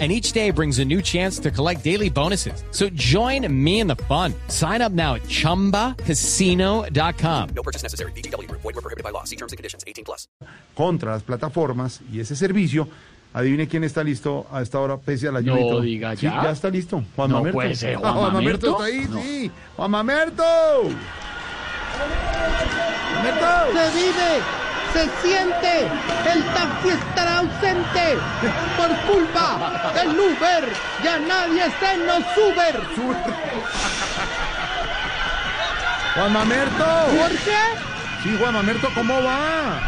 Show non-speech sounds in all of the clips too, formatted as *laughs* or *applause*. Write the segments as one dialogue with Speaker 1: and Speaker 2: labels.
Speaker 1: and each day brings a new chance to collect daily bonuses. So join me in the fun. Sign up now at ChumbaCasino.com.
Speaker 2: No purchase necessary. BGW. Void were prohibited by law. See terms and conditions. 18 plus.
Speaker 3: contra las plataformas y ese servicio. Adivine quién está listo a esta hora, pese a la lluvia. y
Speaker 4: No
Speaker 3: todo.
Speaker 4: diga
Speaker 3: Sí,
Speaker 4: ya.
Speaker 3: ya está listo. *laughs* Juan
Speaker 4: No
Speaker 3: Mamerto.
Speaker 4: puede ser,
Speaker 3: Ah,
Speaker 4: ¿Juan Mamerto?
Speaker 3: está ahí,
Speaker 4: No.
Speaker 3: sí. ¡Juan Mamerto! ¡Juan Mamerto!
Speaker 5: se vive, se siente, el taxi estará ausente por culpa del Uber, ya nadie se nos sube.
Speaker 3: ¡Juan Mamerto!
Speaker 5: Jorge,
Speaker 3: Sí, Juan Mamerto, ¿cómo va?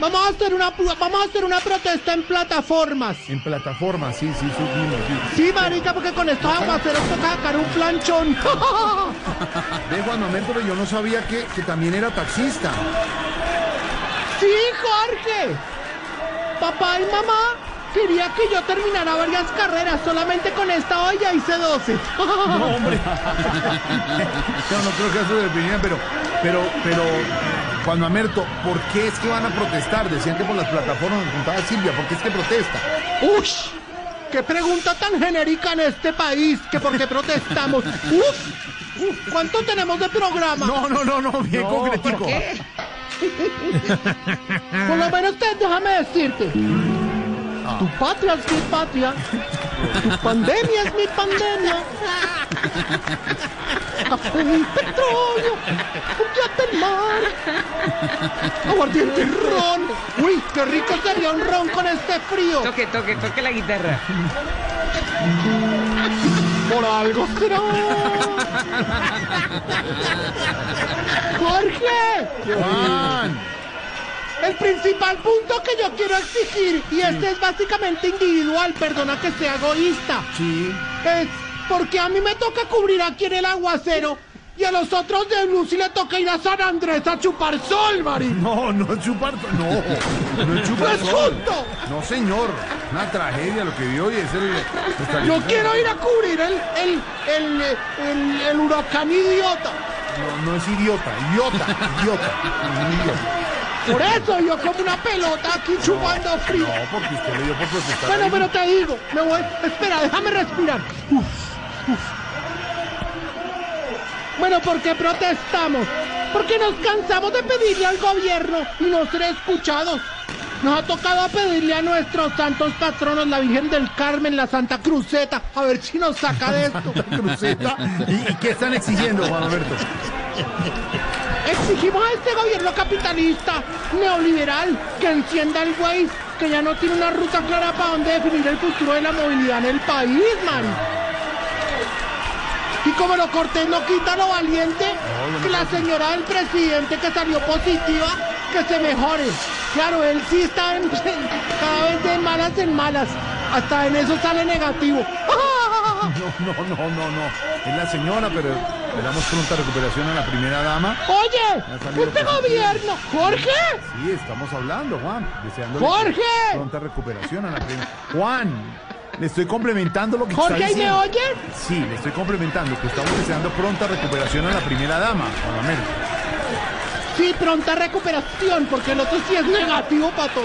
Speaker 5: vamos a hacer una pu- vamos a hacer una protesta en plataformas.
Speaker 3: En plataforma, sí, sí, sí, vimos, sí.
Speaker 5: Sí, marica, porque con estos aguaceros toca sacar un planchón. *laughs*
Speaker 3: Ve, Juan Mamerto, pero yo no sabía que, que también era taxista.
Speaker 5: Sí, Jorge. Papá y mamá quería que yo terminara varias carreras, solamente con esta hoy ya hice *laughs* 12.
Speaker 3: Yo no creo que eso se opinión, pero, pero, pero, eh, Juan Mamerto, ¿por qué es que van a protestar? Decían que por las plataformas, me contaba Silvia, ¿por qué es que protesta?
Speaker 5: ¡Ush! ¡Qué pregunta tan genérica en este país! ¿Que por qué protestamos? ¡Uf! Uf, ¿Cuánto tenemos de programa?
Speaker 3: No, no, no, no, bien concretico.
Speaker 5: Por lo menos te- déjame decirte. Tu patria es mi patria. Tu pandemia es mi pandemia. Aún petróleo, yate el mar. Aguardiente y ron. Uy, qué rico sería un ron con este frío.
Speaker 6: Toque, toque, toque la guitarra.
Speaker 5: Por algo será. Jorge,
Speaker 3: Juan,
Speaker 5: el principal punto que yo quiero exigir, y este es básicamente individual, perdona que sea egoísta,
Speaker 3: sí.
Speaker 5: es porque a mí me toca cubrir aquí en el aguacero y a los otros de Lucy le toca ir a San Andrés a chupar sol, marido.
Speaker 3: No, no es chupar, no, no es
Speaker 5: *laughs* ¡No
Speaker 3: chupar
Speaker 5: es
Speaker 3: sol.
Speaker 5: justo!
Speaker 3: No, señor, una tragedia lo que vio hoy es el... esta-
Speaker 5: Yo quiero ir a cubrir el, el, el, eh, el- el huracán idiota.
Speaker 3: No, no es idiota, idiota, idiota, un
Speaker 5: *laughs*
Speaker 3: idiota.
Speaker 5: Por eso yo como una pelota aquí chupando frío.
Speaker 3: No, porque usted le dio por protestar.
Speaker 5: Bueno,
Speaker 3: ahí.
Speaker 5: pero te digo, me voy. Espera, déjame respirar. Uf, uf. Bueno, ¿por qué protestamos? Porque nos cansamos de pedirle al gobierno y no ser escuchados. Nos ha tocado pedirle a nuestros santos patronos, la Virgen del Carmen, la Santa Cruzeta, a ver si nos saca de esto.
Speaker 3: *laughs* Cruceta. ¿Y, y qué están exigiendo, Juan Alberto?
Speaker 5: Exigimos a este gobierno capitalista, neoliberal, que encienda el Waze, que ya no tiene una ruta clara para dónde definir el futuro de la movilidad en el país, man. Y como lo cortés no quita lo valiente, que la señora del presidente que salió positiva, que se mejore. Claro, él sí está en- *laughs* cada vez de malas en malas. Hasta en eso sale
Speaker 3: *laughs*
Speaker 5: negativo.
Speaker 3: No, no, no, no, no. Es la señora, pero le damos pronta recuperación a la primera dama.
Speaker 5: Oye,
Speaker 3: salido
Speaker 5: este
Speaker 3: positivo.
Speaker 5: gobierno, Jorge.
Speaker 3: Sí, estamos hablando, Juan. Deseándole
Speaker 5: ¡Jorge!
Speaker 3: pronta recuperación a la primera. Juan, le estoy complementando lo que está
Speaker 5: Jorge, ¿y me
Speaker 3: diciendo.
Speaker 5: oyes?
Speaker 3: Sí, le estoy complementando que estamos deseando pronta recuperación a la primera dama, Juan Mamerto.
Speaker 5: Sí, pronta recuperación, porque el otro sí es negativo, pato.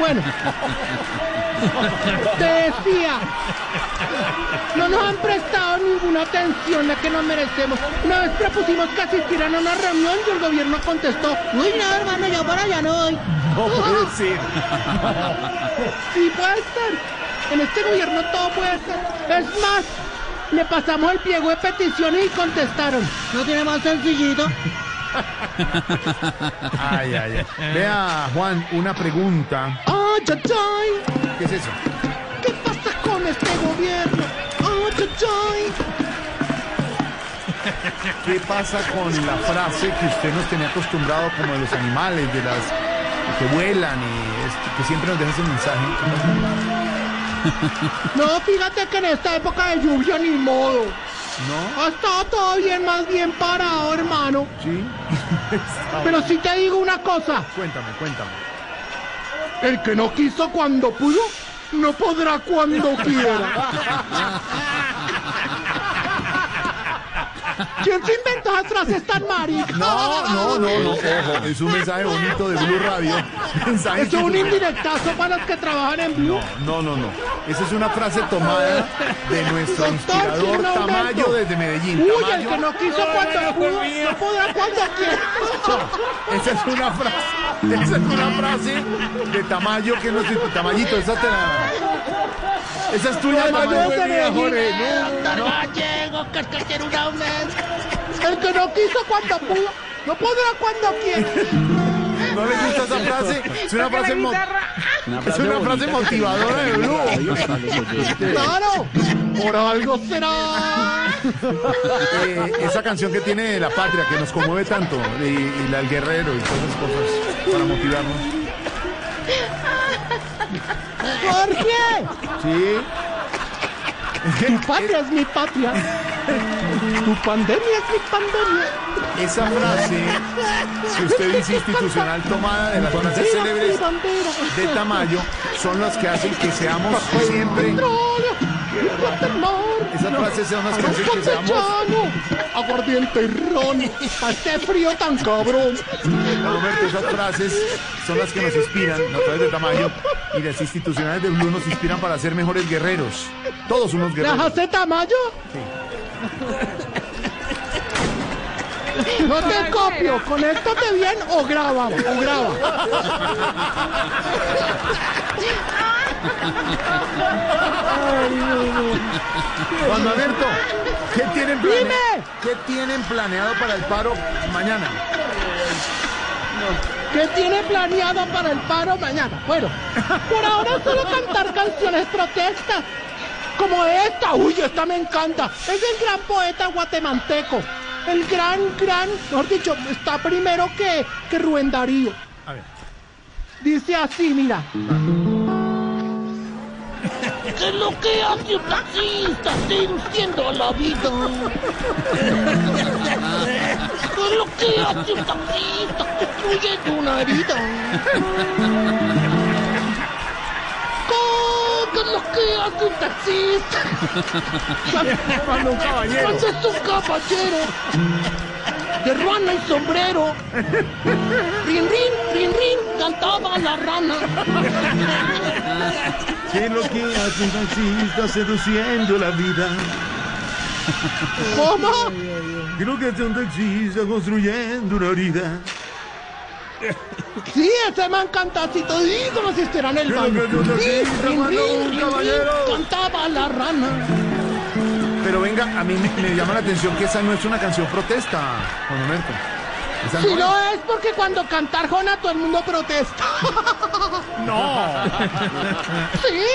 Speaker 5: Bueno, te decía, no nos han prestado ninguna atención la que nos merecemos. Una vez propusimos que asistieran a una reunión y el gobierno contestó, uy, no, hermano, yo para allá no voy.
Speaker 3: No puede ser.
Speaker 5: Sí puede ser. En este gobierno todo puede ser. Es más, le pasamos el pliego de peticiones y contestaron. No tiene más sencillito.
Speaker 3: Ay, ay, ay. Vea, Juan, una pregunta.
Speaker 5: ¡Ay, ay, ay!
Speaker 3: ¿Qué es eso?
Speaker 5: ¿Qué pasa con este gobierno? Oh, ¡Ay, ay, ay!
Speaker 3: ¿Qué pasa con la frase que usted nos tenía acostumbrado como de los animales, de las que vuelan y es- que siempre nos deja ese mensaje?
Speaker 5: No, fíjate que en esta época de lluvia ni modo.
Speaker 3: ¿No?
Speaker 5: Ha estado todo bien, más bien parado, hermano. *laughs*
Speaker 3: Sí. Está
Speaker 5: Pero
Speaker 3: bien.
Speaker 5: si te digo una cosa,
Speaker 3: Cuéntame, cuéntame.
Speaker 5: el que no quiso cuando pudo, no
Speaker 3: *laughs*
Speaker 5: podrá cuando quiera. ¿Quién se inventó esas frases tan maricas?
Speaker 3: No, Ah, no, no, no, ojo. Es un mensaje bonito de Blue
Speaker 5: *laughs*
Speaker 3: Radio. Mensaje
Speaker 5: Eso es un
Speaker 3: que-
Speaker 5: indirectazo para los que trabajan en Blue.
Speaker 3: No, no, no. Esa es una frase tomada de nuestro
Speaker 5: Doctor,
Speaker 3: inspirador
Speaker 5: tiene un
Speaker 3: Tamayo
Speaker 5: aumento.
Speaker 3: desde Medellín.
Speaker 5: Uy, el
Speaker 3: Tamayo,
Speaker 5: que no quiso cuando pudo, no podrá
Speaker 3: *laughs*
Speaker 5: cuando quiera.
Speaker 3: Esa es una frase. Esa es una frase de Tamayo que no es tu Tamayito. Esa te la. Esa es tuya,
Speaker 5: Tamayo
Speaker 3: Tamayo.
Speaker 5: de
Speaker 3: Buen día,
Speaker 5: Medellín.
Speaker 3: Jorge.
Speaker 5: El que no quiso cuando pudo, no podrá cuando quiera.
Speaker 3: No, no le gusta esa frase. Es una frase, mo- es una frase motivadora de Blue. Este.
Speaker 5: Claro, por algo será.
Speaker 3: Eh, esa canción que tiene de la patria que nos conmueve tanto. Y, y la del guerrero y todas esas cosas para motivarnos.
Speaker 5: Jorge,
Speaker 3: Sí.
Speaker 5: tu patria es mi patria. Tu pandemia es mi pandemia.
Speaker 3: Esa frase que Ah, usted dice institucional tomada de las frases
Speaker 5: Mira mi
Speaker 3: célebres
Speaker 5: bandera.
Speaker 3: de Tamayo son las que hacen que seamos siempre.
Speaker 5: Petróleo, Guatemala.
Speaker 3: Esas frases son las que hacen que seamos.
Speaker 5: Campechano, aguardiente y ron,
Speaker 3: *laughs*
Speaker 5: pa' este frío tan cabrón.
Speaker 3: Roberto, esas frases son las que nos inspiran a través de Tamayo y las institucionales de Blue nos inspiran para ser mejores guerreros. Todos unos
Speaker 5: ¿La
Speaker 3: guerreros.
Speaker 5: hace tamaño? No te copio, conéctate bien o graba, o graba.
Speaker 3: Juan Alberto, ¿qué tienen planeado?
Speaker 5: Dime.
Speaker 3: ¿Qué tienen planeado para el paro mañana?
Speaker 5: ¿Qué tiene planeado para el paro mañana? Bueno, por ahora solo cantar canciones protestas. Como esta, uy, esta me encanta. Es el gran poeta guatemalteco. El gran, gran, mejor dicho, está primero que, que Rubén Darío.
Speaker 3: A ver.
Speaker 5: Dice así, mira.
Speaker 4: ¿Qué es lo que hace un taxista seduciendo a la vida? ¿Qué es lo que hace un taxista construyendo una herida? ¿Qué es lo que hace un taxista
Speaker 3: Manda un caballero.
Speaker 4: cuando es un caballero? De rana y sombrero. Rin, rin, rin, rin, cantaba la rana.
Speaker 3: ¿Qué es lo que hace un taxista seduciendo la vida?
Speaker 5: ¿Cómo?
Speaker 3: ¿Qué es lo que hace un taxista construyendo una herida?
Speaker 5: Sí, ese man canta así todito como si estuviera en el
Speaker 3: Pero
Speaker 5: baño.
Speaker 3: que yo te
Speaker 5: Sí,
Speaker 3: quise,
Speaker 5: rin,
Speaker 3: mano,
Speaker 5: rin,
Speaker 3: un
Speaker 5: rin,
Speaker 3: caballero.
Speaker 5: rin, Cantaba la rana.
Speaker 3: Pero venga, a mí me, me llama la atención que esa no es una canción protesta, Juan Humberto. Esa
Speaker 5: Si
Speaker 3: no,
Speaker 5: no es porque cuando cantar Jona todo el mundo protesta.
Speaker 3: *laughs* no.
Speaker 5: *laughs* Sí.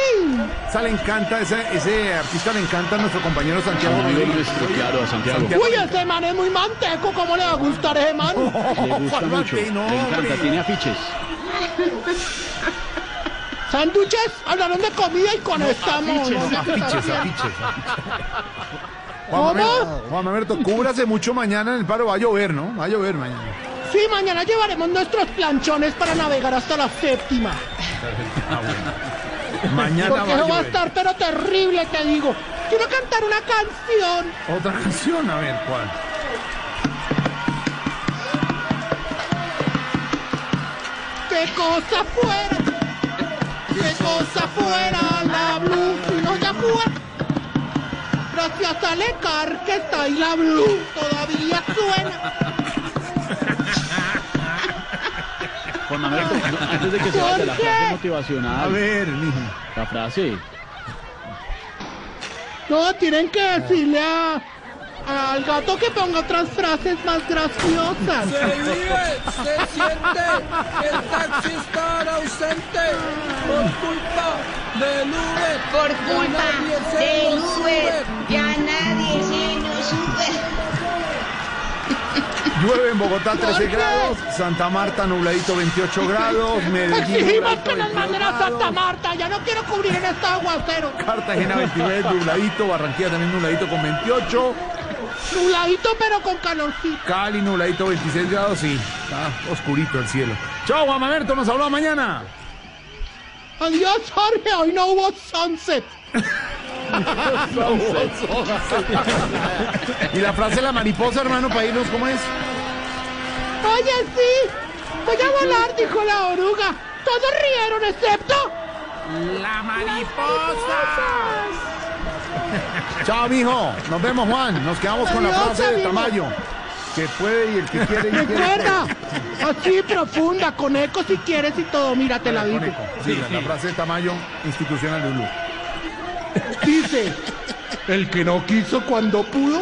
Speaker 3: Esa le encanta, ese, ese artista le encanta a nuestro compañero Santiago. Rodríguez.
Speaker 6: Claro, a Santiago.
Speaker 5: Uy, ese man es muy manteco. ¿Cómo le va a gustar ese man?
Speaker 6: Le gusta
Speaker 3: Juan
Speaker 6: mucho. Le
Speaker 3: Martín, hombre.
Speaker 6: encanta, tiene afiches.
Speaker 5: Sándwiches, hablaron de comida y con esta mona.
Speaker 3: Afiches, afiches. Juan Humberto, Juan Humberto, cúbrase mucho mañana en el paro. Va a llover, ¿no? Va a llover mañana.
Speaker 5: Sí, mañana llevaremos nuestros planchones para navegar hasta la séptima.
Speaker 3: Mañana
Speaker 5: Porque
Speaker 3: va a
Speaker 5: eso va a
Speaker 3: llover.
Speaker 5: estar pero terrible, te digo. Quiero cantar una canción.
Speaker 3: Otra canción, a ver cuál.
Speaker 5: ¡Qué cosa fuera! ¡Qué cosa fuera! La Blue no ya fue. Gracias al Ecar que está ahí la Blue todavía suena.
Speaker 6: Juan Manuel, no, antes de que se vaya la
Speaker 5: Jorge.
Speaker 6: frase
Speaker 3: A
Speaker 6: motivacional,
Speaker 3: ver, mijo.
Speaker 6: la frase.
Speaker 5: No, tienen que decirle a, al gato que ponga otras frases más graciosas.
Speaker 7: Se vive, se siente el taxi está ausente por culpa del Uber.
Speaker 8: Por
Speaker 7: Ya
Speaker 8: culpa
Speaker 7: nadie se
Speaker 8: del
Speaker 7: lo
Speaker 8: Uber,
Speaker 7: sube.
Speaker 8: ya nadie se nos sube.
Speaker 3: Llueve en Bogotá 13
Speaker 5: Jorge.
Speaker 3: grados, Santa Marta nubladito 28
Speaker 5: *laughs*
Speaker 3: grados, Medellín
Speaker 5: Exigimos
Speaker 3: nubladito
Speaker 5: que
Speaker 3: 22
Speaker 5: nos manden a Santa
Speaker 3: grados,
Speaker 5: Marta. Ya no quiero cubrir en este aguacero.
Speaker 3: Cartagena 29 nubladito, Barranquilla también nubladito con 28,
Speaker 5: Nubladito, pero con calorcito.
Speaker 3: Cali nubladito 26 grados y está oscurito el cielo. Chao Juan Mamerto, nos hablamos mañana.
Speaker 5: Adiós, Jorge. Hoy no hubo sunset.
Speaker 3: Y la frase de la mariposa, hermano, para irnos, ¿cómo es?
Speaker 5: Oye, sí. Voy a volar, dijo la oruga. Todos rieron, excepto...
Speaker 3: Chao, mijo. Nos vemos, Juan. Nos quedamos con la
Speaker 5: Adiós,
Speaker 3: frase de
Speaker 5: amigo.
Speaker 3: Tamayo. Que puede y el que quiere. y quiere.
Speaker 5: Recuerda. Así, profunda, con eco si quieres y todo. Mira, te la digo.
Speaker 3: Icónico. Sí, la- la frase de Tamayo, institucional de Blue.
Speaker 5: Dice... El que no quiso cuando pudo...